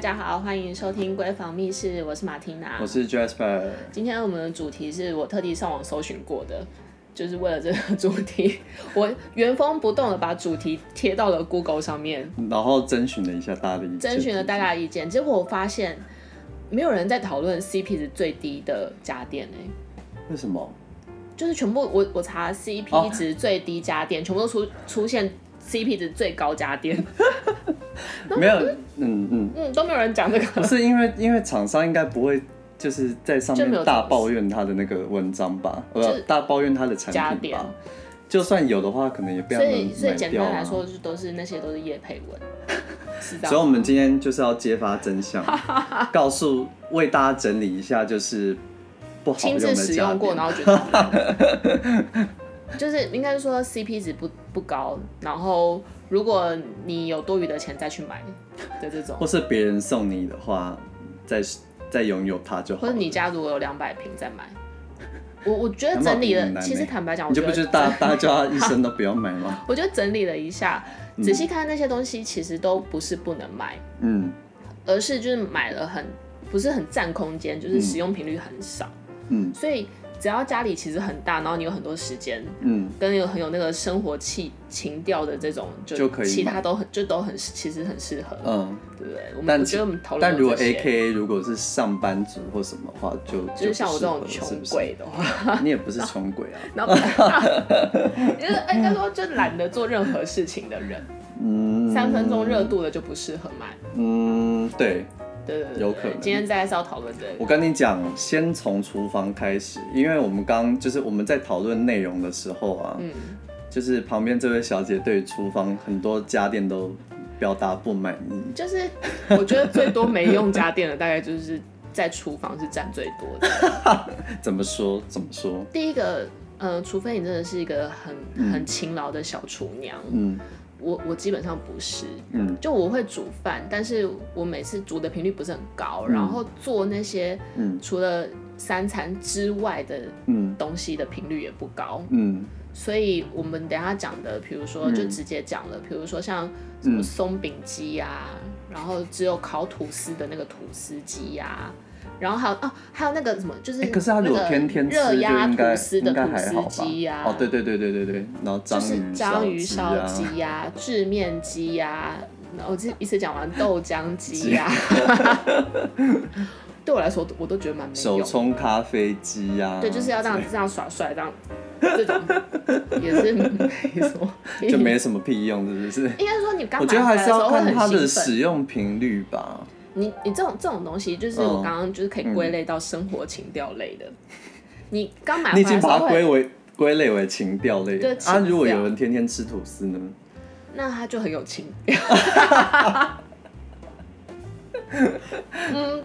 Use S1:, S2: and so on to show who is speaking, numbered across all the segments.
S1: 家好，欢迎收听《闺房密室》，我是马缇娜
S2: 我。是 Jasper，
S1: 今天我们的主题是我特地上网搜寻过的，就是为了这个主题， 我原封不动的把主题贴到了 Google 上面，
S2: 然后征询了一下大家的意见，
S1: 征询了大家的意见，结果我发现没有人在讨论 CP 值最低的家电诶、
S2: 为什么？
S1: 就是全部我我查
S2: 哦
S1: CP 值最低家电，全部都出出现 CP 值最高家电，
S2: 没有，嗯嗯，
S1: 嗯，都没有人讲这
S2: 不
S1: 个。
S2: 是因为因为厂商应该不会就是在上
S1: 就没有
S2: 面
S1: 这种
S2: 大抱怨他的那个文章吧，
S1: 就是
S2: 呃，大抱怨他的
S1: 家
S2: 产品
S1: 电
S2: 吧。就算有的话，可能也被他
S1: 所
S2: 们
S1: 以，所以
S2: 买
S1: 简
S2: 掉
S1: 单来
S2: 啊。
S1: 说，就都是那些都是叶佩文， 是这
S2: 所以，我
S1: 样吗。
S2: 们今天就是要揭发 真相，告诉为大家整理一下，就是不好
S1: 亲
S2: 用
S1: 自
S2: 的
S1: 使
S2: 家
S1: 用过，
S2: 电
S1: 然后觉得好 用就是应该说 CP 值不不高，然后如果你有多余的钱再去买的这种
S2: 或，是别人送你的话，再再拥有它就好
S1: 或
S2: 了。
S1: 者你家如果有两百平再买。我我觉得
S2: 两百
S1: 整理
S2: 平很
S1: 了，
S2: 难
S1: 其实
S2: 欸
S1: 坦白讲，我
S2: 你就
S1: 觉
S2: 不
S1: 得
S2: 就 大大家叫他一生都不要买吗？
S1: 我就整理了一下，仔细看那些东西，其实都不是不能买，
S2: 嗯
S1: 而是就是买了很不是很占空间，就是使用频率很少。
S2: 嗯
S1: 所以只要家里其实很大，然后你有很多时间，
S2: 嗯，
S1: 跟有很有那个生活气情调的这种，就
S2: 就可以买
S1: 其他都很就都很其实很适合，
S2: 嗯，
S1: 对不对？我们
S2: 但
S1: 我觉得我们讨论
S2: 但如
S1: 过
S2: 果
S1: 这
S2: A
S1: 些
S2: K A 如果是上班族或什么的话，就
S1: 就是像我这种
S2: 不适合
S1: 穷，
S2: 是
S1: 鬼的话，
S2: 不是你也不是穷鬼 啊，
S1: 然后就是哎应该说就懒得做任何事情的人，
S2: 嗯，
S1: 三分钟热，度的就不适合买。
S2: 嗯，对，
S1: 对对对对，
S2: 有可能
S1: 今天大家是要讨论这
S2: 我
S1: 个，
S2: 跟你讲，先从厨房开始，因为我们刚就是我们在讨论内容的时候啊，
S1: 嗯，
S2: 就是旁边这位小姐对厨房很多家电都表达不满意，
S1: 就是我觉得最多没用家电的大概就是在厨房是占最多的。
S2: 怎么说怎么说，
S1: 第一个，呃，除非你真的是一个很很勤劳的小厨娘，
S2: 嗯
S1: 我我基本上不是，
S2: 嗯
S1: 就我会煮饭，但是我每次煮的频率不是很高，然后做那些
S2: 嗯
S1: 除了三餐之外的
S2: 嗯
S1: 东西的频率也不高，
S2: 嗯
S1: 所以我们等一下讲的，比如说
S2: 嗯
S1: 就直接讲了，比如说像什么松饼机呀，然后只有烤吐司的那个吐司机呀、然后还有哦，还有那嗯个什么，就是、
S2: 欸可是他如果天天吃，
S1: 热
S2: 就
S1: 压
S2: 应该
S1: 吐司
S2: 应
S1: 的
S2: 该
S1: 吐
S2: 还好
S1: 司
S2: 吧
S1: 机呀、？
S2: 哦，对对对对对对，然后章
S1: 就是
S2: 鱼
S1: 章鱼
S2: 烧
S1: 烧
S2: 鸡啊，
S1: 鸡呀、制面鸡呀、然后我这一次讲完豆浆鸡 呀、对我来说我都觉得蛮没
S2: 手
S1: 用。
S2: 冲咖啡机啊呀，
S1: 对，就是要这样这样耍帅，这样这种也是 没什么意义，
S2: 就没什么屁用，是不是？
S1: 应该说你刚
S2: 我
S1: 买
S2: 觉
S1: 回
S2: 得
S1: 来的
S2: 还
S1: 时
S2: 是要
S1: 候会
S2: 看它
S1: 很
S2: 的
S1: 兴奋。
S2: 使用频率吧。
S1: 你你这种这种东西，就是
S2: 嗯
S1: 我刚刚就是可以归类到生活情调类的。你刚买回
S2: 你已
S1: 来的
S2: 经
S1: 时候
S2: 把它归
S1: 会，
S2: 为归类为情调类
S1: 对
S2: 啊。
S1: 情
S2: 如果
S1: 调
S2: 有人天天吃吐司呢？
S1: 那它就很有 情调。嗯，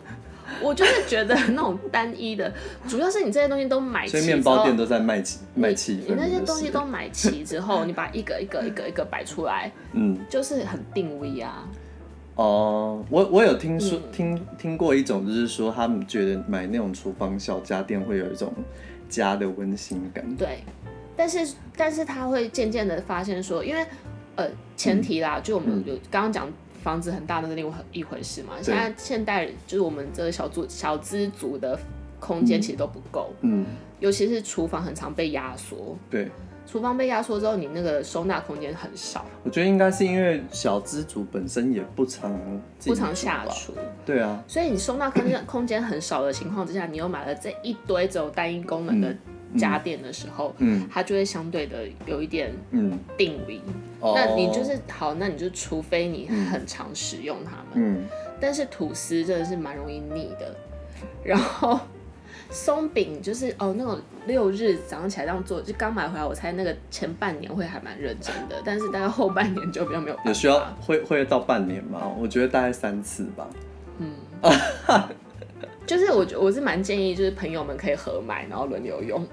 S1: 我就是觉得那种单一的，主要是你这些东西都买齐
S2: 所以
S1: 之后，
S2: 面包店都在卖气
S1: 你
S2: 卖气氛，
S1: 你那些东西
S2: 就是
S1: 都买齐之后，你把一个一个一个一个摆出来，
S2: 嗯
S1: 就是很定位啊。
S2: 哦，我我有听说
S1: 嗯
S2: 听听过一种，就是说他们觉得买那种厨房小家电会有一种家的温馨感。
S1: 对，但是但是他会渐渐的发现说，因为呃前提
S2: 嗯
S1: 啦，就我们有刚刚讲房子很大那是另外一回事嘛。现在现代就是我们这个小租小资族的空间其实都不够，
S2: 嗯，
S1: 尤其是厨房很常被压缩，
S2: 对，
S1: 厨房被压缩之后，你那个收纳空间很少，
S2: 我觉得应该是因为小资主本身也不常自己
S1: 不常下
S2: 吧。
S1: 厨。
S2: 对啊，
S1: 所以你收纳空间空间很少的情况之下，你又买了这一堆只有单一功能的家电的时候，
S2: 嗯
S1: 它就会相对的有一点
S2: 嗯，
S1: 定位。
S2: 哦
S1: 那你就是好，那你就除非你很常使用它们，
S2: 嗯，
S1: 但是吐司真的是蛮容易腻的。然后松饼就是哦，那种六日早上起来这样做，就刚买回来，我猜那个前半年会还蛮认真的，但是大概后半年就比较没有办法。
S2: 有需要会会到半年吗？我觉得大概三次吧。
S1: 就是我觉我是蛮建议，就是朋友们可以合买，然后轮流用。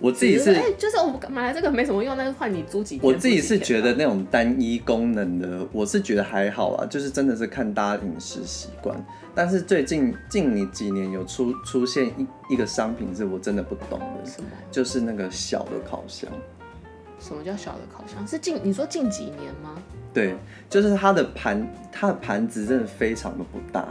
S2: 我自己
S1: 就是
S2: 是
S1: 哎、就是我买来这个没什么用，但是换你租几天。
S2: 我自己是
S1: 租几天
S2: 觉
S1: 啊
S2: 得那种单一功能的，我是觉得还好啊，就是真的是看大家饮食习惯。但是最近近你几年有出出现一一个商品是我真的不懂的，
S1: 什么
S2: 就是那个小的烤箱，
S1: 什么叫小的烤箱？是近你说近几年吗？
S2: 对，就是它的盘，它的盘子真的非常的不大，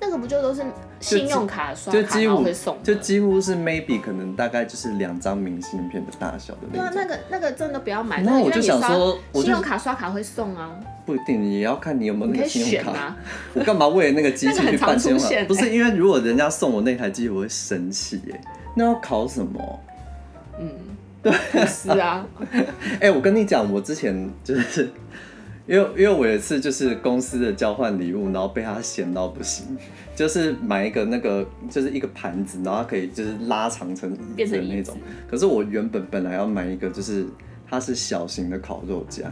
S1: 那个不就都是信用卡刷
S2: 就
S1: 卡
S2: 几
S1: 然后
S2: 乎
S1: 会送的？
S2: 就几乎是 maybe 可能大概就是两张明信片的大小的
S1: 对啊
S2: 那，种。
S1: 那个那个真的不要买。
S2: 那
S1: 个
S2: 我
S1: 因为
S2: 就
S1: 你
S2: 想
S1: 刷
S2: 说，我
S1: 信
S2: 就
S1: 用卡刷卡会送啊，
S2: 不一定，也要看你有没
S1: 你
S2: 有那
S1: 可
S2: 个
S1: 以
S2: 信用
S1: 选
S2: 卡。
S1: 啊。
S2: 我干嘛为了那个机
S1: 那
S2: 器
S1: 个很
S2: 去
S1: 常
S2: 办信用
S1: 出
S2: 卡？
S1: 现
S2: 不是
S1: 欸
S2: 因为如果人家送我那台机，我会生气耶。那要考什么？
S1: 嗯，对，是 啊，
S2: 哎、我跟你讲，我之前就是 因为因为我有一次就是公司的交换礼物，然后被他嫌到不行，就是买一个那个就是一个盘子，然后它可以就是拉长成椅
S1: 变
S2: 子
S1: 成
S2: 的那
S1: 椅子
S2: 种。可是我原本本来要买一个，就是它是小型的烤肉架，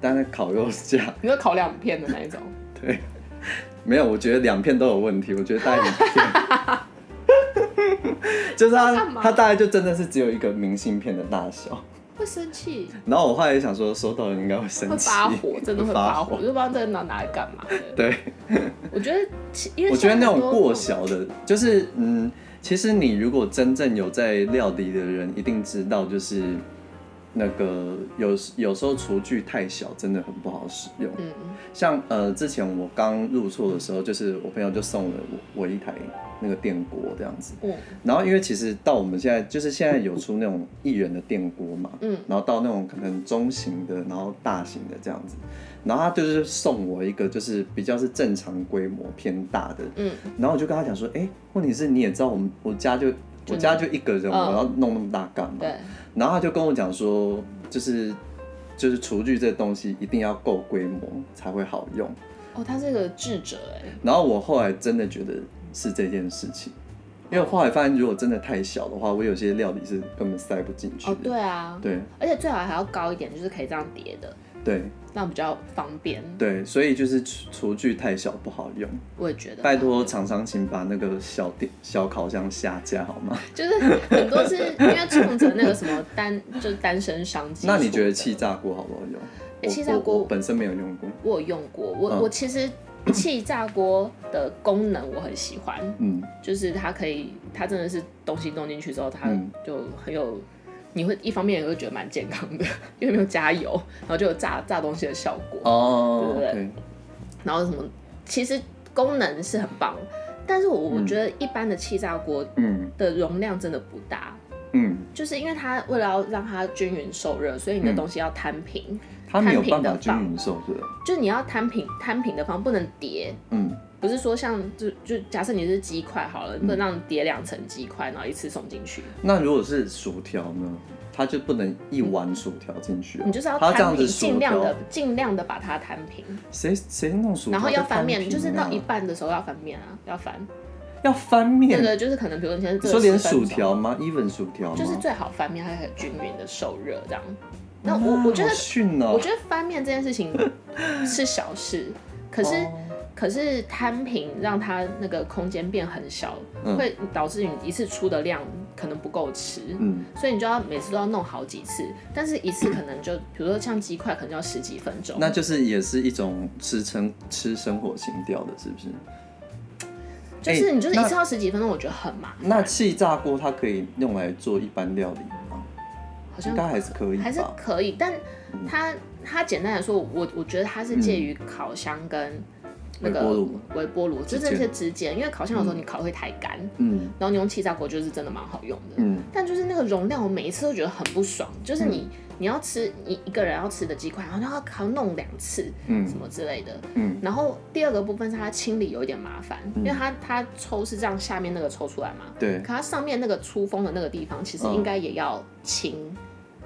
S2: 但是烤肉架
S1: 你会烤两片的那一种。
S2: 对，没有，我觉得两片都有问题，我觉得大概 一片。就是
S1: 那
S2: 它
S1: 干，嘛
S2: 它大概就真的是只有一个明信片的大小。
S1: 会生气，
S2: 然后我后来也想说，收到人应该会生
S1: 会
S2: 气，
S1: 发火，真的会
S2: 发
S1: 发火，。就不知道这个拿拿来干嘛的。
S2: 对，
S1: 我觉得其，因为
S2: 我觉得
S1: 像
S2: 那
S1: 很
S2: 种
S1: 多
S2: 过小的，就是嗯，其实你如果真正有在料理的人，一定知道，就是那个有有时候厨具太小，真的很不好使用。
S1: 嗯，
S2: 像呃，之前我刚入错的时候，就是我朋友就送了我我一台那个电锅这样子。
S1: 嗯
S2: 然后因为其实到我们现在，就是现在有出那种一人的电锅嘛，
S1: 嗯，
S2: 然后到那种可能中型的，然后大型的这样子。然后他就是送我一个，就是比较是正常规模偏大的。
S1: 嗯，
S2: 然后我就跟他讲说，哎，问题是你也知道我们我家就我家就一个人，
S1: 嗯
S2: 我要弄那么大干嘛？
S1: 对，
S2: 然后他就跟我讲说，就是就是厨具这东西一定要够规模才会好用。
S1: 哦，他是个智者哎，
S2: 然后我后来真的觉得是这件事情，因为我后来发现，如果真的太小的话，我有些料理是根本塞不进去
S1: 哦，
S2: 的。
S1: 对啊，
S2: 对
S1: 而且最好还要高一点，就是可以这样叠的，
S2: 对
S1: 那样比较方便。
S2: 对，所以就是厨厨具太小不好用。
S1: 我也觉得，
S2: 拜托厂商，请把那个小电小烤箱下架好 吗？
S1: 就是很多是因为冲着那个什么单， 就是单身商机。
S2: 那你觉得气？炸锅好不好用？
S1: 哎
S2: 我
S1: 气炸
S2: 我
S1: 锅
S2: 我本身没有用过。
S1: 我有用过，我、
S2: 嗯
S1: 我其实气炸锅的功能我很喜欢，
S2: 嗯，
S1: 就是它可以，它真的是东西弄进去之后，它
S2: 嗯
S1: 就很有，你会一方面也会觉得蛮健康的， 因为没有加油，然后就有炸炸东西的效果，
S2: 哦
S1: 对对
S2: ，OK，
S1: 然后什么，其实功能是很棒，但是我我觉得一般的气炸锅
S2: 嗯
S1: 的容量真的不大。
S2: 嗯，
S1: 就是因为它为了要让它均匀受热，所以你的
S2: 嗯
S1: 东西要摊平，
S2: 它没有
S1: 摊平
S2: 办
S1: 的
S2: 法均匀受热。
S1: 就是你要摊平摊平的方，不能叠，
S2: 嗯
S1: 不是说像就就假设你是鸡块好了，你不能让叠两层鸡块，然后一次送进去，
S2: 那如果是薯条呢？它就不能一碗薯条进去哦、
S1: 你就是要
S2: 它这
S1: 摊
S2: 样
S1: 平，
S2: 子薯
S1: 尽量
S2: 条
S1: 的，尽量的把它摊平，
S2: 谁谁弄薯条、
S1: 然后要翻面，
S2: 平啊
S1: 就是到一半的时候要翻面啊，要翻。
S2: 要翻
S1: 那
S2: 面。
S1: 个就是可能，比如你现在
S2: 嗯你
S1: 这个
S2: 说连
S1: 10分
S2: 薯
S1: 钟
S2: 条吗？even 薯条吗？
S1: 就是最好翻面，它才可以均匀的受热这样。那我我觉得
S2: 嗯啊好，逊哦、
S1: 我觉得翻面这件事情是小事，可是
S2: 哦
S1: 可是摊平让它那个空间变很小，
S2: 嗯
S1: 会导致你一次出的量可能不够吃。
S2: 嗯
S1: 所以你就要每次都要弄好几次，但是一次可能就，比如说像鸡块，可能就要十几分钟。
S2: 那就是也是一种吃生吃生活情调的，是不是？
S1: 就是
S2: 哎
S1: 你就是一
S2: 那
S1: 次要十几分钟，我觉得很麻烦。
S2: 那气炸锅它可以用来做一般料理吗？
S1: 好
S2: 应
S1: 像
S2: 该还是可以
S1: 还是
S2: 吧。
S1: 可以，但它它简单来说，我我觉得它是介于烤箱跟那个
S2: 微波炉
S1: 微波炉就
S2: 之间
S1: 这些之间，因为烤箱有时候你烤会太干，
S2: 嗯
S1: 然后你用气炸锅就是真的蛮好用的。
S2: 嗯
S1: 但就是那个容量，我每一次都觉得很不爽。就是你、你要吃你一个人要吃的鸡块，然后要还要弄两次，
S2: 嗯
S1: 什么之类的。
S2: 嗯
S1: 然后第二个部分是它清理有一点麻烦，因为它它抽是这样下面那个抽出来嘛，
S2: 对
S1: 可它上面那个出风的那个地方其实
S2: 嗯
S1: 应该也要清，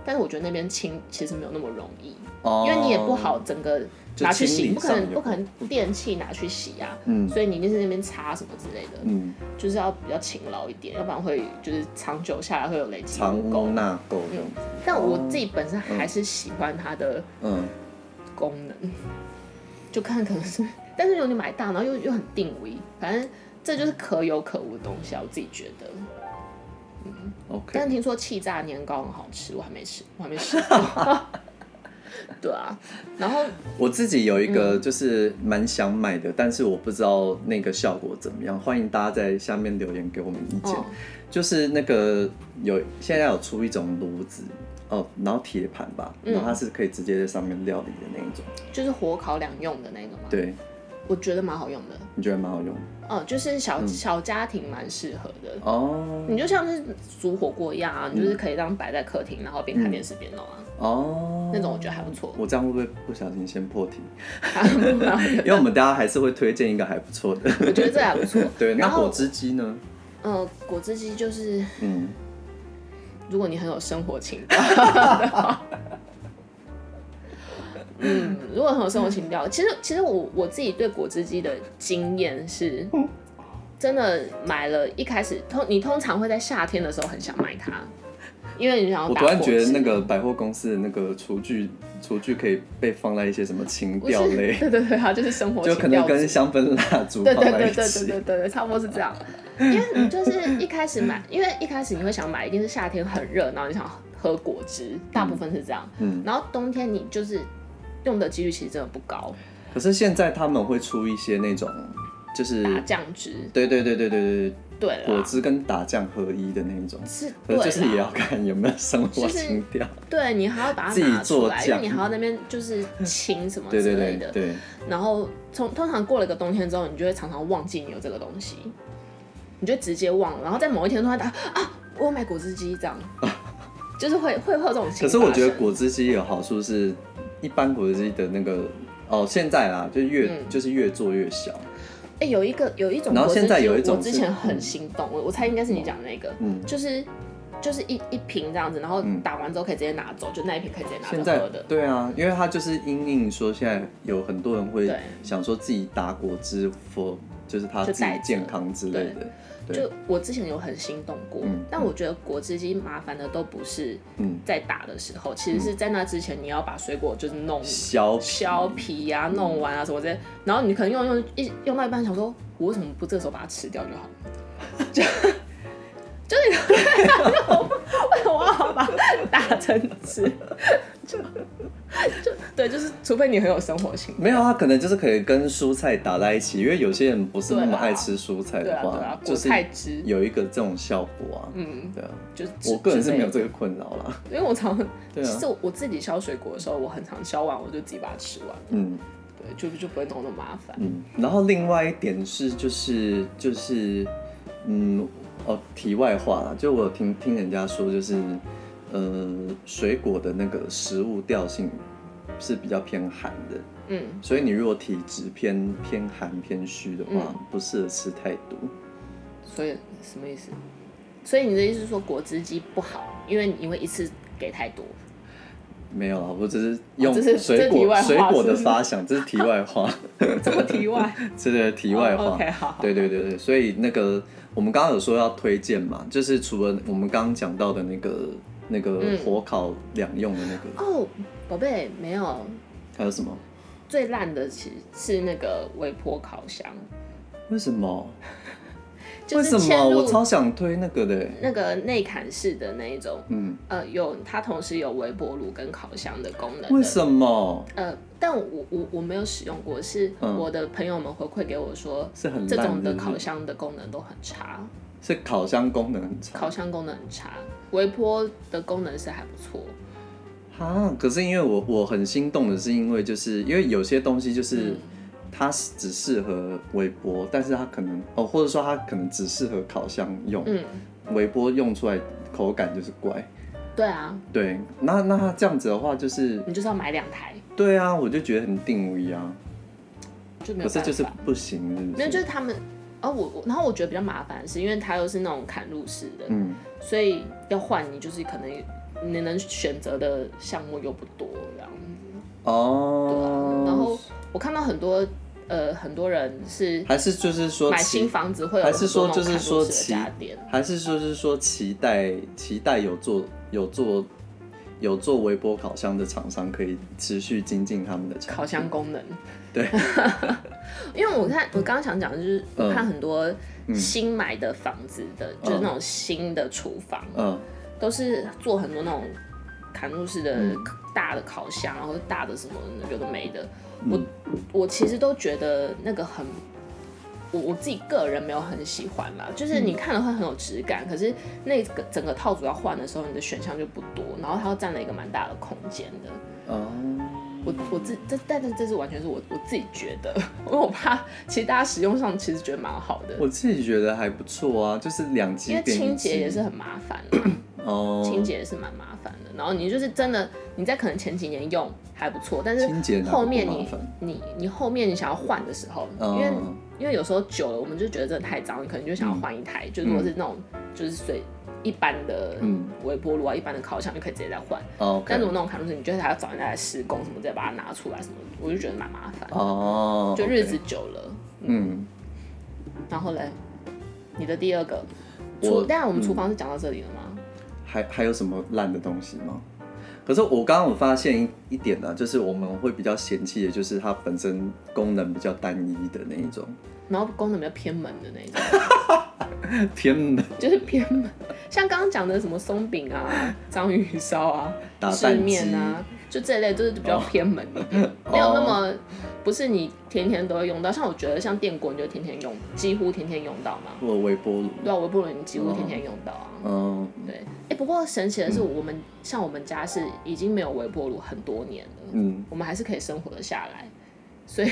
S1: 但是我觉得那边清其实没有那么容易，
S2: 哦，
S1: 因为你也不好整个
S2: 就
S1: 拿去洗，
S2: 清理
S1: 不可
S2: 上也
S1: 能不
S2: 不
S1: 可能电器拿去洗呀、啊，
S2: 嗯
S1: 所以你一定是那边擦什么之类的，
S2: 嗯，
S1: 就是要比较勤劳一点，要不然会就是长久下来会有累积
S2: 藏
S1: 垢
S2: 污。纳垢这样子。
S1: 但我自己本身还是喜欢它的
S2: 嗯，
S1: 功能， 就看可能是， 但是如果你买大，然后又又很定位，反正这就是可有可无的东西啊，我自己觉得。但
S2: OK，
S1: 是听说气炸年糕很好吃，我还没吃，我还没吃 过。 对啊，然后
S2: 我自己有一个
S1: 嗯
S2: 就是蛮想买的，但是我不知道那个效果怎么样，欢迎大家在下
S1: 哦
S2: 面留言给我们意见。
S1: 嗯
S2: 就是那个有现在有出一种炉子，哦，然后铁盘吧，
S1: 嗯
S2: 然后它是可以直接在上面料理的那一种。
S1: 就是火烤两用的那个嘛。，
S2: 对，
S1: 我觉得蛮好用的，
S2: 你觉得蛮好用的
S1: 嗯，就是小、小家庭蛮适合的。
S2: 哦嗯
S1: 你就像是煮火锅一样啊，你就是可以这样摆在客厅，然后边看电视边弄啊，
S2: 哦，
S1: 那种我觉得还不错。
S2: 我这样会不会不小心先破题？因为我们大家还是会推荐一个还不错 的。
S1: 我觉得这还不错。
S2: 对，那
S1: 然后
S2: 果汁机呢？
S1: 呃，果汁机就是
S2: 嗯，
S1: 如果你很有生活情调嗯，如果很有生活情调，其实其实我我自己对果汁机的经验是，真的买了一开始通你通常会在夏天的时候很想买它，因为你想要
S2: 我
S1: 哦打
S2: 突然
S1: 果
S2: 觉得
S1: 汁
S2: 那个百货公司的那个厨具，厨具可以被放在一些什么情
S1: 不是
S2: 调类，
S1: 对对对，它就是生活
S2: 就
S1: 情
S2: 可
S1: 调
S2: 能跟
S1: 组
S2: 香氛蜡烛
S1: 对
S2: 放
S1: 对对对
S2: 在一
S1: 对
S2: 起
S1: 对。对对，差不多是这样。因为你就是一开始买，因为一开始你会想买，一定是夏天很热，然后你想喝果汁，大部分是这样。
S2: 嗯
S1: 然后冬天你就是用的几率其实真的不高，
S2: 可是现在他们会出一些那种，就是
S1: 打酱汁，
S2: 对对对对对对
S1: 对
S2: 对，果
S1: 啦，
S2: 汁跟打酱合一的那种。
S1: 是
S2: 可
S1: 对
S2: 是就是也
S1: 啦，啊
S2: 要看有没有生活
S1: 就是
S2: 情调，
S1: 对你还要把它
S2: 自己
S1: 拿出
S2: 做
S1: 来，因为
S2: 酱
S1: 你还要那边 就是清什么
S2: 对
S1: 之
S2: 对
S1: 类
S2: 对
S1: 的。
S2: 对，
S1: 然后从通常过了一个冬天之后，你就会常常忘记你有这个东西，你就直接忘了，然后在某一天突然打啊，我有买果汁机这 样，就是会会会有这种情况发
S2: 可是
S1: 生。
S2: 我觉得果汁机有好处是，一般果汁机的那个哦，现在啦，就越、
S1: 嗯
S2: 就是越做越小，
S1: 哎、有一个有一种
S2: 然后
S1: 果汁机，
S2: 现在有一种
S1: 我之
S2: 是
S1: 前很心动，我我猜应该是你讲的那个，
S2: 嗯，
S1: 就是就是一一瓶这样子，然后
S2: 嗯
S1: 打完之后可以直接拿走，就那一瓶可以直接
S2: 现
S1: 拿
S2: 在
S1: 着喝的。
S2: 对啊，因为它就是因应说现在有很多人会
S1: 对
S2: 想说自己打果汁 for 就是他
S1: 就
S2: 自己
S1: 带着
S2: 健康之类的，对
S1: 就我之前有很心动过，
S2: 嗯
S1: 但我觉得果汁机麻烦的都不是
S2: 嗯，
S1: 在打的时候，其实是在那之前你要把水果就是弄
S2: 削皮
S1: 削皮呀、弄完啊什么之类，然后你可能用用一用到一半，想说我为什么不这时候把它吃掉就好了？就就是你为什么要把它打成汁？就就对，就是除非你很有生活情
S2: 没有，它可能就是可以跟蔬菜打在一起，因为有些人不是那
S1: 对
S2: 么
S1: 啊
S2: 爱吃蔬菜
S1: 对
S2: 的
S1: 啊
S2: 话，
S1: 对啊，
S2: 就
S1: 果
S2: 是
S1: 菜汁，
S2: 有一个这种效果啊。
S1: 嗯，
S2: 对啊，
S1: 就是
S2: 我个人是没有
S1: 之
S2: 这个困扰啦。
S1: 类的，因为我常
S2: 对
S1: 其
S2: 啊
S1: 实，我我自己削水果的时候，我很常削完我就自己把它吃完，
S2: 嗯
S1: 对，就就不会弄那么麻烦。
S2: 嗯。然后另外一点是，就是就是，嗯，哦，题外话啦，就我有听听人家说，就是呃，水果的那个食物调性是比较偏寒的，
S1: 嗯，
S2: 所以你如果体质偏偏寒偏虚的话，
S1: 嗯
S2: 不适合吃太多。
S1: 所以什么意思？所以你的意思是说果汁机不好，因为你会一次给太 多。
S2: 没有啊，我只是用
S1: 哦这是
S2: 水
S1: 这是题
S2: 果、
S1: 外话
S2: 水果
S1: 是
S2: 的
S1: 不是
S2: 发想，这是题外话，
S1: 这么题外，
S2: 这是 题外话。
S1: o k 哦好，
S2: 对对对对，所以那个我们刚刚有说要推荐嘛，就是除了我们刚刚讲到的那个那个
S1: 嗯
S2: 火烤两用的那个，
S1: 哦，宝贝，没有，
S2: 还有什么？
S1: 最烂的其实是那个微波烤箱，
S2: 为什么？
S1: 就
S2: 为
S1: 是
S2: 什
S1: 嵌
S2: 么？
S1: 入
S2: 我超想推那个的。
S1: 那个内砍式的那一种，
S2: 嗯，
S1: 呃，有它同时有微波炉跟烤箱的功能的。
S2: 为什么？
S1: 呃，但我我我没有使用过，是
S2: 嗯
S1: 我的朋友们回馈给我说，
S2: 是很烂
S1: 这种的
S2: 是不是
S1: 烤箱的功能都很差，
S2: 是烤箱功能很差
S1: 烤箱功能很差，微波的功能是还不错。
S2: 啊？可是因为我我很心动的是，因为就是因为有些东西
S1: 嗯
S2: 就是。它只适合微波，但是它可能哦，或者说它可能只适合烤箱用，
S1: 嗯，
S2: 微波用出来口感就是怪。
S1: 对啊，
S2: 对，那那它这样子的话，就是
S1: 你就是要买两台，
S2: 对啊，我就觉得很定位啊，
S1: 就没
S2: 可
S1: 有
S2: 是
S1: 办法。
S2: 就是不行，是不？
S1: 没有，就是是他们，哦，我我，然后我觉得比较麻烦的是，因为它又是那种砍入式的，
S2: 嗯，
S1: 所以要换你就是可能你能选择的项目又不多，这样。对啊
S2: 哦，
S1: 然后我看到很多呃很多人是
S2: 还是就是说
S1: 买
S2: 期
S1: 新，房子会有
S2: 还是说
S1: 很多那种
S2: 就是说
S1: 砍入式
S2: 期
S1: 的家电，
S2: 还是说是说期待期待有做有做有做微波烤箱的厂商可以持续精进他们的产品
S1: 烤箱功能。
S2: 对，
S1: 因为我看我刚刚想讲的就是
S2: 嗯
S1: 我看很多新买的房子的，就是那种新的厨房，
S2: 嗯
S1: 都是做很多那种砍入式的
S2: 嗯
S1: 大的烤箱，然后
S2: 嗯
S1: 大的什么有的没的。我我其实都觉得那个很我我自己个人没有很喜欢啦，
S2: 嗯
S1: 就是你看了会很有质感，可是那个整个套组要换的时候，你的选项就不多，然后它又占了一个蛮大的空间的。
S2: 哦，
S1: 我我自这，但是这是完全是我我自己觉得，因为我怕其实大家使用上其实觉得蛮好的，
S2: 我自己觉得还不错啊，就是两机
S1: 因为
S2: 变一
S1: 清洁
S2: 机
S1: 也是很麻烦啊。
S2: 哦，
S1: 清洁也是蛮麻烦的。然后你就是真的，你在可能前几年用还不错，但是
S2: 清洁哪个
S1: 后面
S2: 不麻
S1: 你
S2: 烦
S1: 你你后面你想要换的时候，
S2: 哦
S1: 因为因为有时候久了，我们就觉得真的太脏，你可能就想要换一台。就如果是那种就是水一般的
S2: 嗯
S1: 微波炉啊，一般的烤箱就可以直接再换。
S2: 哦
S1: 但
S2: ，OK，
S1: 如果那种卡路里，你就是还要找人家来施工什么，再把它拿出来什么，我就觉得蛮麻烦。
S2: 哦，
S1: 就
S2: OK
S1: 日子，久了，
S2: 嗯，
S1: 然后嘞，你的第二个
S2: 我
S1: 厨，但我们
S2: 嗯
S1: 厨房是讲到这里了吗？
S2: 还还有什么烂的东西吗？可是我刚刚我发现一一点呢、啊，就是我们会比较嫌弃的，就是它本身功能比较单一的那一种，
S1: 然后功能比较偏门的那一种。
S2: 偏门
S1: 就是偏门，像刚刚讲的什么松饼啊、章鱼烧啊、
S2: 打
S1: 吃
S2: 蛋机哦
S1: 面啊，就这类都是比较偏门 一点，没有那么不是你天天都会用到。像我觉得像电锅，你就天天用，几乎天天用到嘛。
S2: 或微波炉，
S1: 对啊，微波炉你几乎天天用到啊。
S2: 嗯
S1: 对，哎、不过神奇的是，我们、像我们家是已经没有微波炉很多年了，
S2: 嗯，
S1: 我们还是可以生活的下来，所以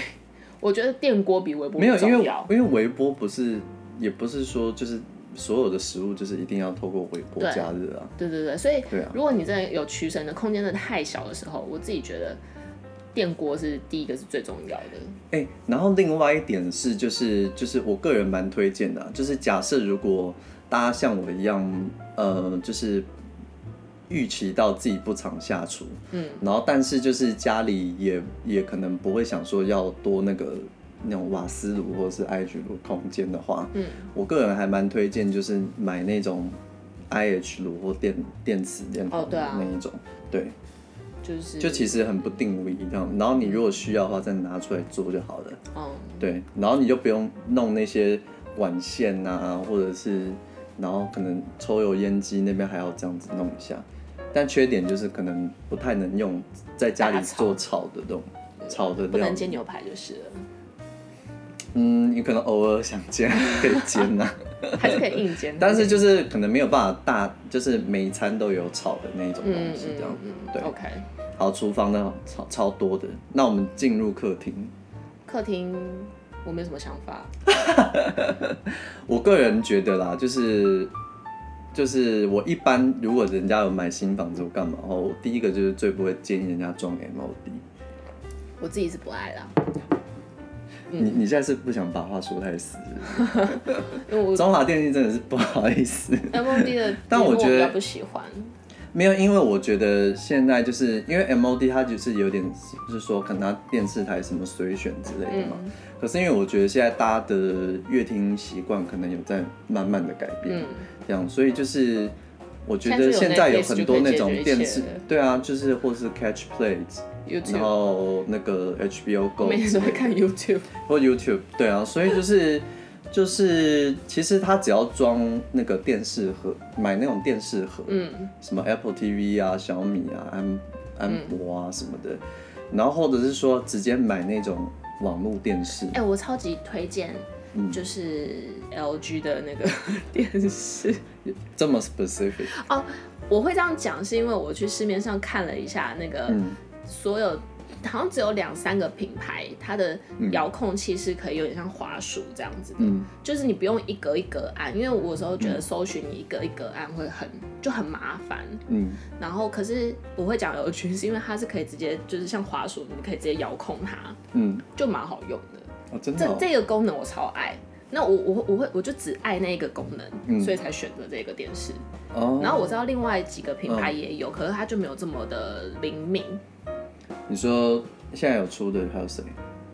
S1: 我觉得电锅比微波
S2: 没有，
S1: 炉
S2: 因为
S1: 重要。
S2: 因为微波不是也不是说就是所有的食物就是一定要透过微波
S1: 对
S2: 加热啊，
S1: 对对对，所以
S2: 对啊
S1: 如果你真的有取舍，你的空间真的太小的时候，我自己觉得电锅是第一个是最重要的。
S2: 哎、然后另外一点是，就是就是我个人蛮推荐的啊、就是假设如果大家像我一样，呃，就是预期到自己不常下厨，
S1: 嗯，
S2: 然后但是就是家里也也可能不会想说要多那个那种瓦斯炉或是 IH 炉空间的话，
S1: 嗯，
S2: 我个人还蛮推荐就是买那种 IH 炉或电电磁电
S1: 哦
S2: 烤
S1: 对啊嗯
S2: 那一种，对，
S1: 就是
S2: 就其实很不定位这样，然后你如果需要的话再拿出来做就好了。
S1: 嗯，
S2: 对，然后你就不用弄那些管线啊，或者是，然后可能抽油烟机那边还要这样子弄一下。但缺点就是可能不太能用在家里
S1: 大炒
S2: 做炒的这种炒的
S1: 不
S2: 料
S1: 能
S2: 理。
S1: 煎牛排就是 了，
S2: 嗯，你可能偶尔想煎可以煎 啊，嗯
S1: 还是可以硬煎
S2: 。但是就是可能没有办法大，就是每一餐都有炒的那种
S1: 嗯
S2: 东西这样。
S1: 嗯嗯，
S2: 对
S1: OK，
S2: 好，厨房呢超超多的，那我们进入客厅。
S1: 客厅我没什么想法，
S2: 我个人觉得啦，就是就是我一般如果人家有买新房子或干嘛的话，我第一个就是最不会建议人家装 MOD。
S1: 我自己是不爱啦，嗯
S2: 你你现在是不想把话说太死是不是？
S1: 因 为我
S2: 中华电信真的是不好意思，，
S1: MOD 的
S2: 但我觉得
S1: 比较不喜欢。
S2: 没有，因为我觉得现在就是因为 MOD 它就是有点就是说可能它电视台什么随选之类的嘛。
S1: 嗯
S2: 可是因为我觉得现在大家的乐听习惯可能有在慢慢的改变，
S1: 嗯，
S2: 这样，所以就是我觉得现
S1: 现
S2: 在
S1: 在
S2: 有
S1: 有
S2: 很多那种
S1: Netflix 就可以解决一切
S2: 电视
S1: 了，
S2: 对啊，就是或是 Catch Play，然
S1: YouTube
S2: 后那个 HBO
S1: 我
S2: Go
S1: 每天
S2: 之
S1: 都
S2: 类
S1: 会
S2: 的
S1: 看 YouTube，
S2: 或 YouTube，对啊，所以就是 就是其实它只要装那个电视盒，买那种电视盒，
S1: 嗯，
S2: 什么 Apple TV 啊、小米啊、安安博
S1: 嗯
S2: 啊什么的，然后或者是说直接买那种网络电视，
S1: 哎、我超级推荐，
S2: 嗯
S1: 就是 LG 的那个 电视。
S2: 这么 specific，
S1: 我会这样讲，是因为我去市面上看了一下那个
S2: 嗯
S1: 所有，好像只有两三个品牌，它的遥控器是可以有点像滑鼠这样子的，
S2: 嗯
S1: 就是你不用一格一格按，因为我有时候觉得搜寻你一格一格按会很就很麻烦。
S2: 嗯
S1: 然后可是我会讲有趣，是因为它是可以直接就是像滑鼠，你可以直接遥控它，
S2: 嗯，
S1: 就蛮好用的。
S2: 哦，真的
S1: 这
S2: 哦、
S1: 这个功能我超爱。那我我我会我就只爱那一个功能，所以才选择这个电视。
S2: 嗯哦，嗯
S1: 然后我知道另外几个品牌也有，可是它就没有这么的灵敏，
S2: 你说现在有出的还有谁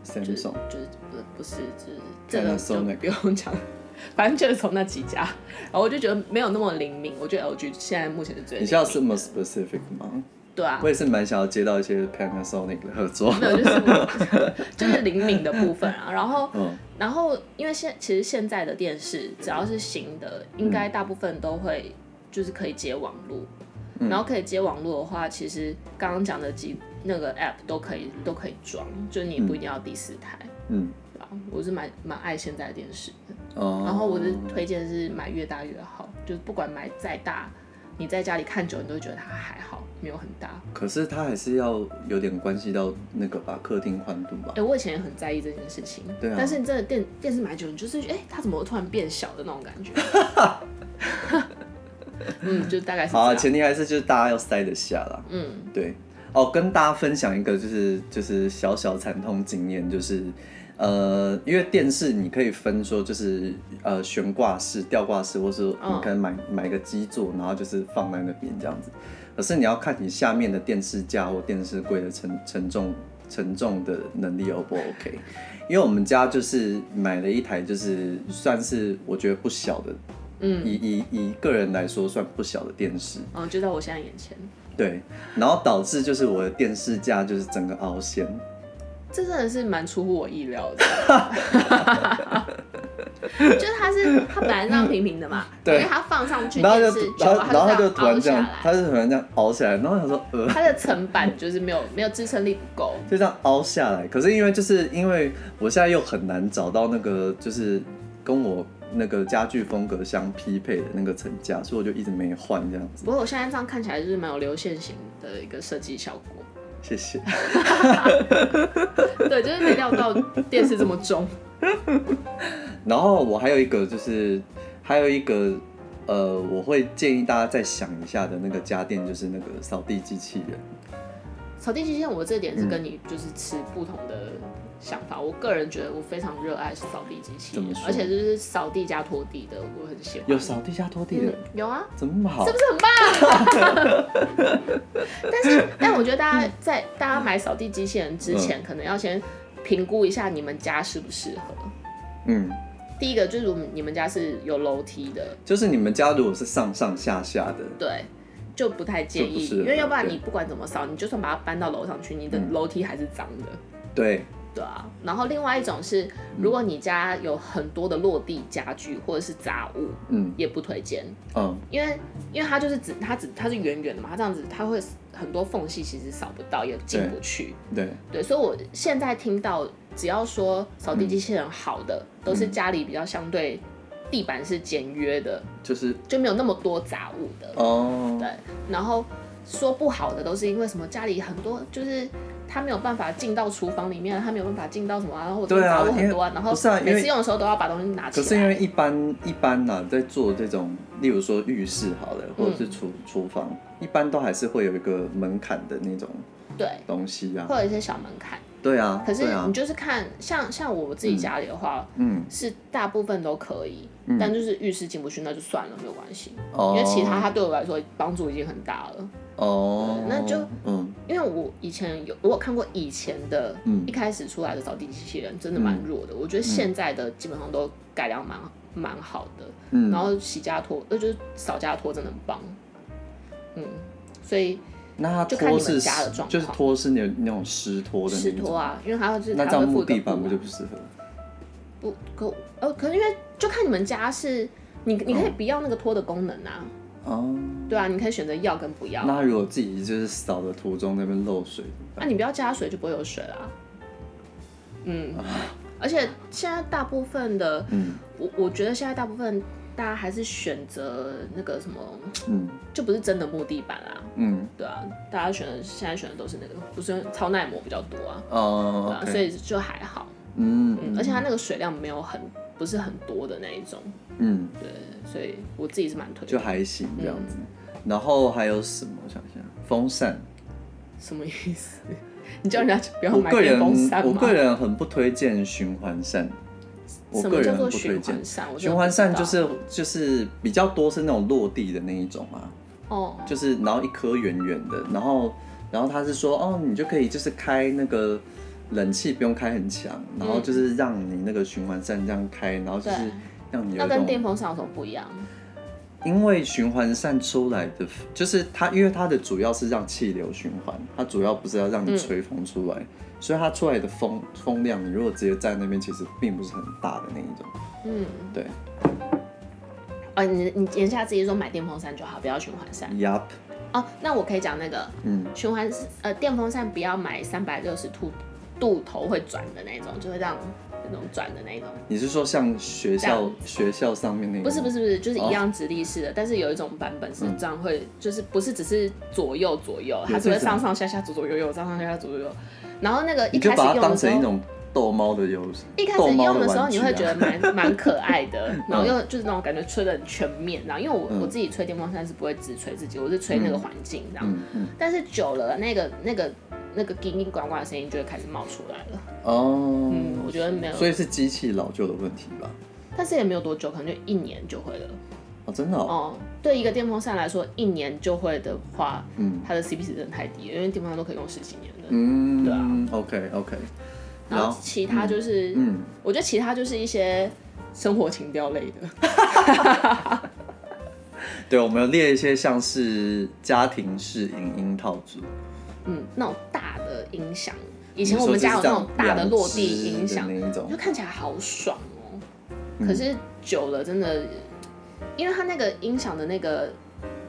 S2: ？Samsung
S1: 就是不不是就是这个就
S2: Panasonic
S1: 不用讲， 反正就是从那几家，然后我就觉得没有那么灵敏，我觉得 LG 现在目前是最
S2: 你
S1: 灵
S2: 知道
S1: 敏
S2: 什么 specific 吗？
S1: 对啊
S2: 我，也是蛮想要接到一些 Panasonic 的合作。
S1: 没有就是我 就是灵敏的部分啊。然后
S2: 嗯
S1: 然后因为现其实现在的电视只要是新的，应
S2: 嗯
S1: 该大部分都会就是可以接网络，
S2: 嗯
S1: 然后可以接网络的话，其实刚刚讲的几那个 app 都可以都可以装，就是你不一定要第四台。
S2: 嗯，
S1: 对吧我是蛮蛮爱现在的电视的。
S2: 哦，
S1: 然后我的推荐是买越大越好，就是不管买再大，你在家里看久，你都会觉得它还好，没有很大。
S2: 可是它还是要有点关系到那个吧，客厅宽度吧
S1: 哎、。我以前也很在意这件事情，
S2: 对啊
S1: 但是你真的电电视买久，你就是哎、诶它怎么突然变小的那种感觉？ 嗯，就大概是
S2: 好、啊，
S1: 这样。
S2: 前提还是就是大家要塞得下啦。
S1: 嗯，
S2: 对，哦，跟大家分享一个就是就是小小惨痛经验，就是呃，因为电视你可以分说就是呃悬挂式、吊挂式，或是你可以买、买个基座，然后就是放在那边这样子。可是你要看你下面的电视架或电视柜的承承重承重的能力 O 不 OK？因为我们家就是买了一台，就是算是我觉得不小的，嗯，以以以个人来说算不小的电视，
S1: 嗯，就在我现在眼前，
S2: 对，然后导致就是我的电视架就是整个凹陷，
S1: 这真的是蛮出乎我意料的。 就是它是它本来是这样平平的嘛，
S2: 对
S1: 因为它放上去
S2: 然后
S1: 电
S2: 就
S1: 视久
S2: 然后
S1: 了，
S2: 然后
S1: 它
S2: 就
S1: 这
S2: 突
S1: 样凹
S2: 然这
S1: 下
S2: 样，
S1: 来
S2: 它。就突然这样凹下来，然后我想说呃，
S1: 它的层板就是没有没有支撑力不够，
S2: 就这样凹下来。可是因为就是因为我现在又很难找到那个就是跟我那个家具风格相匹配的那个层架，所以我就一直没换这样子。
S1: 不过我现在这样看起来就是蛮有流线型的一个设计效果。
S2: 谢谢。
S1: 对，就是没料到电视这么重。
S2: 然后我还有一个就是，还有一个呃，我会建议大家再想一下的那个家电，就是那个扫地机器人。
S1: 扫地机器人，我这
S2: 嗯
S1: 点是跟你就是持不同的想法。我个人觉得我非常热爱扫地机器
S2: 怎么
S1: 人，
S2: 说
S1: 而且就是扫地加拖地的，我很喜欢。
S2: 有扫地加拖地的，
S1: 嗯有啊，
S2: 怎么那么好？
S1: 是不是很棒？ 但是，但我觉得大家在大家买扫地机器人之前，可能要先评估一下你们家适不适合。
S2: 嗯，
S1: 第一个就是我们你们家是有楼梯的，
S2: 就是你们家如果是上上下下的，
S1: 对，就不太建
S2: 就不
S1: 议，
S2: 适合
S1: 因为要不然
S2: 对
S1: 你不管怎么扫，你就算把它搬到楼上去，你的
S2: 嗯
S1: 楼梯还是脏的。
S2: 对，
S1: 对啊，然后另外一种是，如果你家有很多的落地家具或者是杂物，
S2: 嗯
S1: 也不推荐，
S2: 嗯，
S1: 因为因为它就是只它只它是圆圆的嘛，它这样子它会很多缝隙，其实扫不到也进不去。
S2: 对，
S1: 对，所以我现在听到只要说扫地机器人好的，都是家里比较相对地板是简约的，
S2: 就是
S1: 就没有那么多杂物的。
S2: 哦，
S1: 对，然后说不好的都是因为什么家里很多就是。他没有办法进到厨房里面，他没有办法进到什么、啊，然后我这
S2: 对
S1: 杂
S2: 啊
S1: 物很多
S2: 因为
S1: 然后
S2: 不是啊因为
S1: 每次用的时候都要把东西拿起
S2: 可
S1: 来。
S2: 是因为一般一般呐、在做这种，例如说浴室好了，或者是厨厨房，一般都还是会有一个门槛的那种
S1: 对，
S2: 东西啊。
S1: 会有一些小门槛。
S2: 对啊，
S1: 可是
S2: 对啊
S1: 你，就是看，像像我自己家里的话，
S2: 嗯，
S1: 是大部分都可以，但就是浴室进不去那就算了，没有关系，
S2: 哦，
S1: 因为其他它对我来说帮助已经很大了。
S2: 哦，
S1: 对那就
S2: 嗯
S1: 因为我以前有我有看过以前的，
S2: 嗯
S1: 一开始出来的扫地机器人真的蛮弱的，我觉得现在的基本上都改良蛮蛮好的，
S2: 嗯，
S1: 然后洗家拖，呃，就是扫家拖真的很棒，嗯，所以
S2: 那它
S1: 就看你
S2: 拖
S1: 们
S2: 是
S1: 家的状况
S2: 就是拖是那那种湿拖的那
S1: 湿
S2: 种，
S1: 拖啊，因为它是
S2: 那
S1: 它
S2: 这
S1: 会
S2: 样
S1: 附
S2: 木
S1: 一个
S2: 地
S1: 布
S2: 板不
S1: 嘛
S2: 就不适合？
S1: 不可呃，可能因为就看你们家是你你可以不要那个拖的功能啊，
S2: 哦，
S1: 对啊，你可以选择要跟不要，
S2: 那如果自己就是扫的途中那边漏水，
S1: 那、啊你不要加水就不会有水啦，嗯，
S2: 啊
S1: 而且现在大部分的。
S2: 嗯
S1: 我我觉得现在大部分大家还是选择那个什么，
S2: 嗯
S1: 就不是真的木地板啦，
S2: 嗯，
S1: 对啊，大家选的现在选的都是那个，不是超耐磨比较多啊，对
S2: 哦
S1: 啊，
S2: OK
S1: 所以就还好，
S2: 嗯
S1: 嗯，而且它那个水量没有很不是很多的那一种，
S2: 嗯，
S1: 对，嗯所以我自己是蛮推
S2: 就
S1: 荐。
S2: 还行这样子。然后还有什么？我想一下，风扇。
S1: 什么意思？ 你叫人家不要
S2: 我
S1: 买
S2: 个人
S1: 电风扇
S2: 我
S1: 吗？
S2: 个人很不推荐循环扇。我
S1: 什
S2: 个
S1: 么叫
S2: 人
S1: 做
S2: 很不推
S1: 循
S2: 荐
S1: 环扇？我真的
S2: 循
S1: 不
S2: 环
S1: 知
S2: 扇，
S1: 道
S2: 就是就是比较多是那种落地的那一种啊，
S1: 哦，
S2: 就是然后一颗圆圆的，然后然后他是说哦，你就可以就是开那个冷气不用开很强，然后就是让你那个循环扇这样开，然后就是
S1: 嗯对
S2: 让你有
S1: 那
S2: 一
S1: 跟
S2: 种
S1: 电风扇有什么不一样？
S2: 因为循环扇出来的，就是它，因为它的主要是让气流循环，它主要不是要让你吹风出来，所以它出来的风风量，你如果直接站那边，其实并不是很大的那一种。
S1: 嗯，
S2: 对
S1: 啊，你你言下之意说买电风扇就好，不要循环扇。
S2: ，Yup，
S1: 哦，那我可以讲那个
S2: 嗯，
S1: 循环是呃电风扇不要买三百六十度度头会转的那种，就会这样那种转的那一种，
S2: 你是说像学
S1: 这
S2: 校
S1: 样
S2: 学校上面那个？
S1: 不是不，是不是，就是一样直立式的，但是有一种版本是这样会，就是不是只是左右左右，它只
S2: 这
S1: 会
S2: 种
S1: 上上下下左左右右，上上下下左左右右。然后那个一
S2: 你就
S1: 开始
S2: 把它
S1: 用
S2: 当
S1: 的时
S2: 成一
S1: 候，
S2: 种逗猫的游戏。
S1: 一开
S2: 逗
S1: 始
S2: 猫
S1: 用
S2: 的
S1: 的时候
S2: 玩具
S1: 你
S2: 啊
S1: 会觉得 蛮蛮可爱的，然后又就是那种感觉吹的很全面，然后因为我、
S2: 嗯
S1: 我自己吹电风扇是不会只吹自己，我是吹那个环境这样，
S2: 嗯嗯
S1: 但是久了那个那个那个叮叮咣咣的声音就会开始冒出来了。
S2: 哦，
S1: 嗯，我觉得没有，
S2: 所以是机器老旧的问题吧？
S1: 但是也没有多久，可能就一年就会了。
S2: 哦，真的哦，
S1: 哦，对一个电风扇来说，一年就会的话，
S2: 嗯
S1: 它的 CP 值真的太低了，因为电风扇都可以用十几年的。
S2: 嗯，
S1: 对啊
S2: OK OK，
S1: 然
S2: 然
S1: 后
S2: 后
S1: 其他就是，
S2: 嗯，
S1: 我觉得其他就是一些生活情调类的，
S2: 对，我们有列一些像是家庭式影音套组，
S1: 嗯，那种大的音响。以
S2: 以
S1: 前我们家有那种大的落地音响，
S2: 那一种
S1: 就，看起来好爽哦、
S2: 嗯
S1: 可是久了真的，因为它那个音响的那个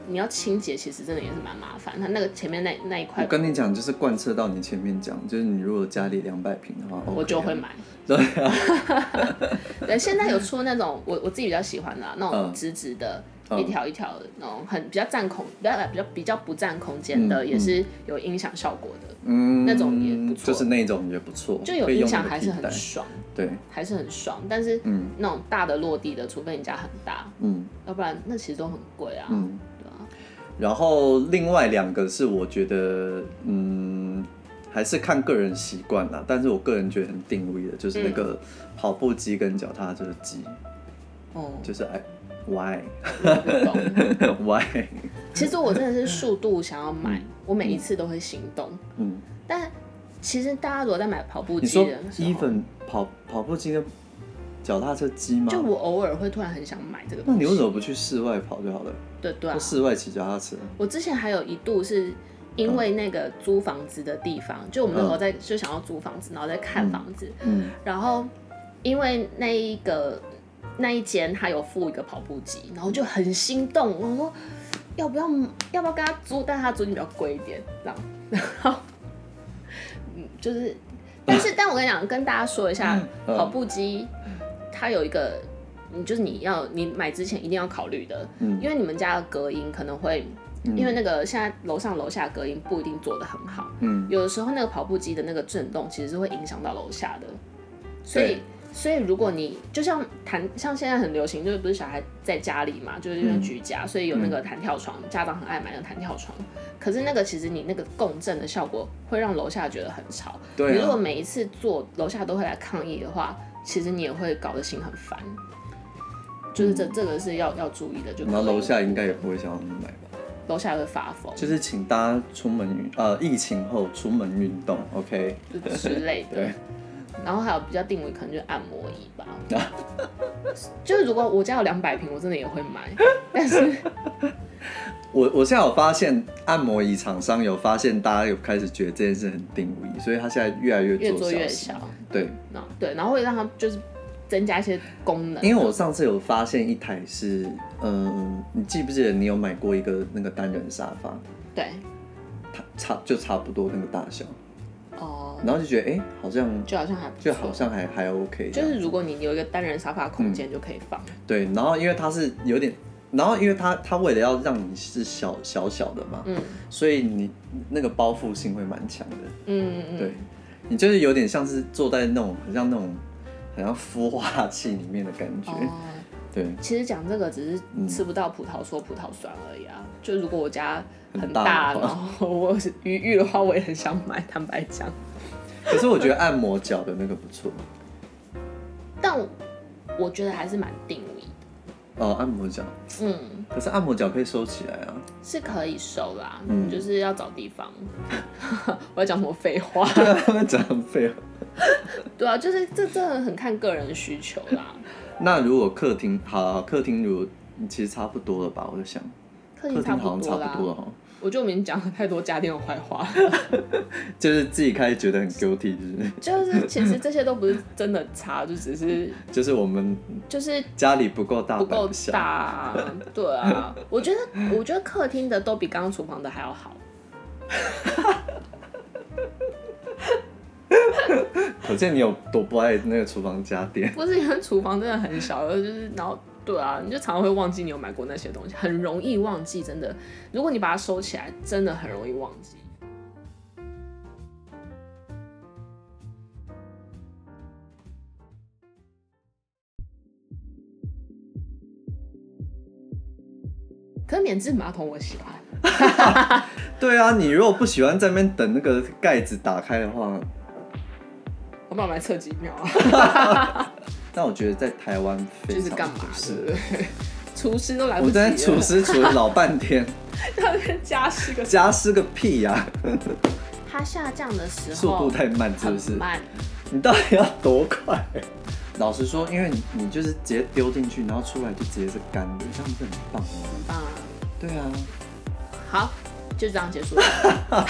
S1: 你要清洁，其实真的也是蛮麻烦。它那个前面那那一
S2: 我
S1: 块，
S2: 跟你讲，就是贯彻到你前面讲，就是你如果家里两百平的话，
S1: 我就会买。
S2: 对
S1: 啊。 对，现在有出那种我我自己比较喜欢的啊、那种
S2: 嗯
S1: 直直的。
S2: 嗯
S1: 一条一条的那种很比较占空，比较比较比较不占空间的，
S2: 嗯
S1: 也是有音响效果的，
S2: 嗯
S1: 那种也不错
S2: 就是那种也不错，
S1: 就有
S2: 可以
S1: 音
S2: 用
S1: 响
S2: 来
S1: 还是
S2: 替
S1: 很
S2: 代
S1: 爽，
S2: 对，
S1: 还是很爽。但是
S2: 嗯
S1: 那种大的落地的，除非你家很大，
S2: 嗯
S1: 要不然那其实都很贵啊。
S2: 嗯。
S1: 对啊，
S2: 然后另外两个是我觉得，嗯，还是看个人习惯啦。但是我个人觉得很定位的，就是那个
S1: 嗯
S2: 跑步机跟脚踏车机，
S1: 哦，
S2: 就是哎，why
S1: 不懂。
S2: why，
S1: 其实我真的是速度想要买，我每一次都会心动，
S2: 嗯，
S1: 但其实大家如果在买跑步
S2: 你
S1: 机
S2: 说
S1: 的时候，
S2: even 跑跑步机跟脚踏车机吗？
S1: 就我偶尔会突然很想买这个
S2: 那
S1: 东西。
S2: 你为什么不去室外跑就好了？
S1: 对对啊
S2: 或，室外骑脚踏车？
S1: 我之前还有一度是因为那个租房子的地方，就我们那时候在就想要租房子，然后在看房子，
S2: 嗯
S1: 然后因为那一个那一间他有附一个跑步机，然后就很心动，我说要不要要不要跟他租，但他租金比较贵一点，这样， 然后嗯就是，但是但我跟你讲，跟大家说一下，
S2: 嗯
S1: 跑步机它有一个。你就是你要你买之前一定要考虑的，
S2: 嗯
S1: 因为你们家的隔音可能会，
S2: 嗯
S1: 因为那个现在楼上楼下隔音不一定做得很好，
S2: 嗯，
S1: 有的时候那个跑步机的那个震动其实是会影响到楼下的，所以所以如果你就像弹，像现在很流行，就是不是小孩在家里嘛，就是
S2: 嗯
S1: 因为居家，所以有那个弹跳床，家长很爱买那个弹跳床。可是那个其实你那个共振的效果会让楼下觉得很吵，你
S2: 对
S1: 如果
S2: 啊，
S1: 每一次做楼下都会来抗议的话，其实你也会搞得心很烦。就是这这个是要要注意的，就可
S2: 嗯然
S1: 以
S2: 后楼下应该也不会想要你买吧？
S1: 楼下会发疯，
S2: 就是请大家出门运呃，疫情后出门运动，OK？
S1: 就之类的
S2: 对。
S1: 然后还有比较定位，可能就是按摩椅吧。 就是如果我家有两百平，我真的也会 买。但是
S2: 我我现在有发现，按摩椅厂商有发现，大家有开始觉得这件事很定位，所以他现在越来越
S1: 越
S2: 做
S1: 做越
S2: 小
S1: 小
S2: 型。，对，
S1: 然后对，然后会让它就是增加一些功能。
S2: 因为我上次有发现一台是，嗯，你记不记得你有买过一个那个单人沙发，
S1: 对，
S2: 它差就差不多那个大小，
S1: 哦、
S2: 然后就觉得哎、诶好像
S1: 就好像还不
S2: 就
S1: 错。
S2: 好嗯像还还 OK，这
S1: 就
S2: 样
S1: 是如果你有一个单人沙发空间，就可以放。
S2: 对，然后因为它是有点，然后因为它它为了要让你是小小小的嘛，
S1: 嗯
S2: 所以你那个包覆性会蛮强的，
S1: 嗯嗯，
S2: 对，你就是有点像是坐在那种很像那种好像孵化器里面的感觉，
S1: 哦
S2: 对，
S1: 其实讲这个只
S2: 嗯
S1: 是吃不到葡萄说葡萄酸而已啊。就如果我家很大，
S2: 很大的话
S1: 然后我是余裕的话，我也很想买。坦白讲，
S2: 可是我觉得按摩脚的那个不错，
S1: 但我我觉得还是蛮定位的。
S2: 哦，按摩脚，
S1: 嗯，
S2: 可是按摩脚可以收起来啊，
S1: 是可以收啦，
S2: 嗯
S1: 就是要找地方。 我要讲什么废 话？
S2: 讲废话。
S1: 对啊，就是这真的很看个人需求 啦。
S2: 那如果客厅好啊、客厅如果其实差不多了吧？我在想，
S1: 客
S2: 客
S1: 厅差
S2: 厅好
S1: 不
S2: 像差
S1: 多啦
S2: 不，多了哈，
S1: 我觉得我们已经讲了太多家电的坏话了。
S2: 就是自己开始觉得很 guilty，
S1: 就
S2: 就是
S1: 是其实这些都不是真的差，就只 是
S2: 就是我们
S1: 就是
S2: 家里不够大，
S1: 不够
S2: 摆下
S1: 大、啊，对啊，我觉得我觉得客厅的都比刚刚厨房的还要好，
S2: 可见你有多不爱那个厨房家 电。
S1: 不是因为厨房真的很小，然后就是然后对啊，你就常常会忘记你有买过那些东西，很容易忘记，真的。如果你把它收起来，真的很容易忘记。可是免治马桶我喜欢，
S2: 对啊，你如果不喜欢在那边等那个盖子打开的话，
S1: 我买来测几秒啊，
S2: 但我觉得在台湾非
S1: 就
S2: 常
S1: 是干嘛
S2: 不
S1: 对
S2: 适
S1: 不。对？ 厨师都来不
S2: 我
S1: 及
S2: 在
S1: 了，
S2: 那厨师厨了老半天，
S1: 他跟加湿个，
S2: 家是个屁呀、
S1: 它下降的时候
S2: 速度太慢是不是
S1: 哦很？慢，
S2: 你到底要多快？ 老实说，因为你你就是直接丢进去，然后出来就直接是干的，这样子很棒啊。
S1: 嗯很棒啊。
S2: 对啊，
S1: 好，就这样结束了。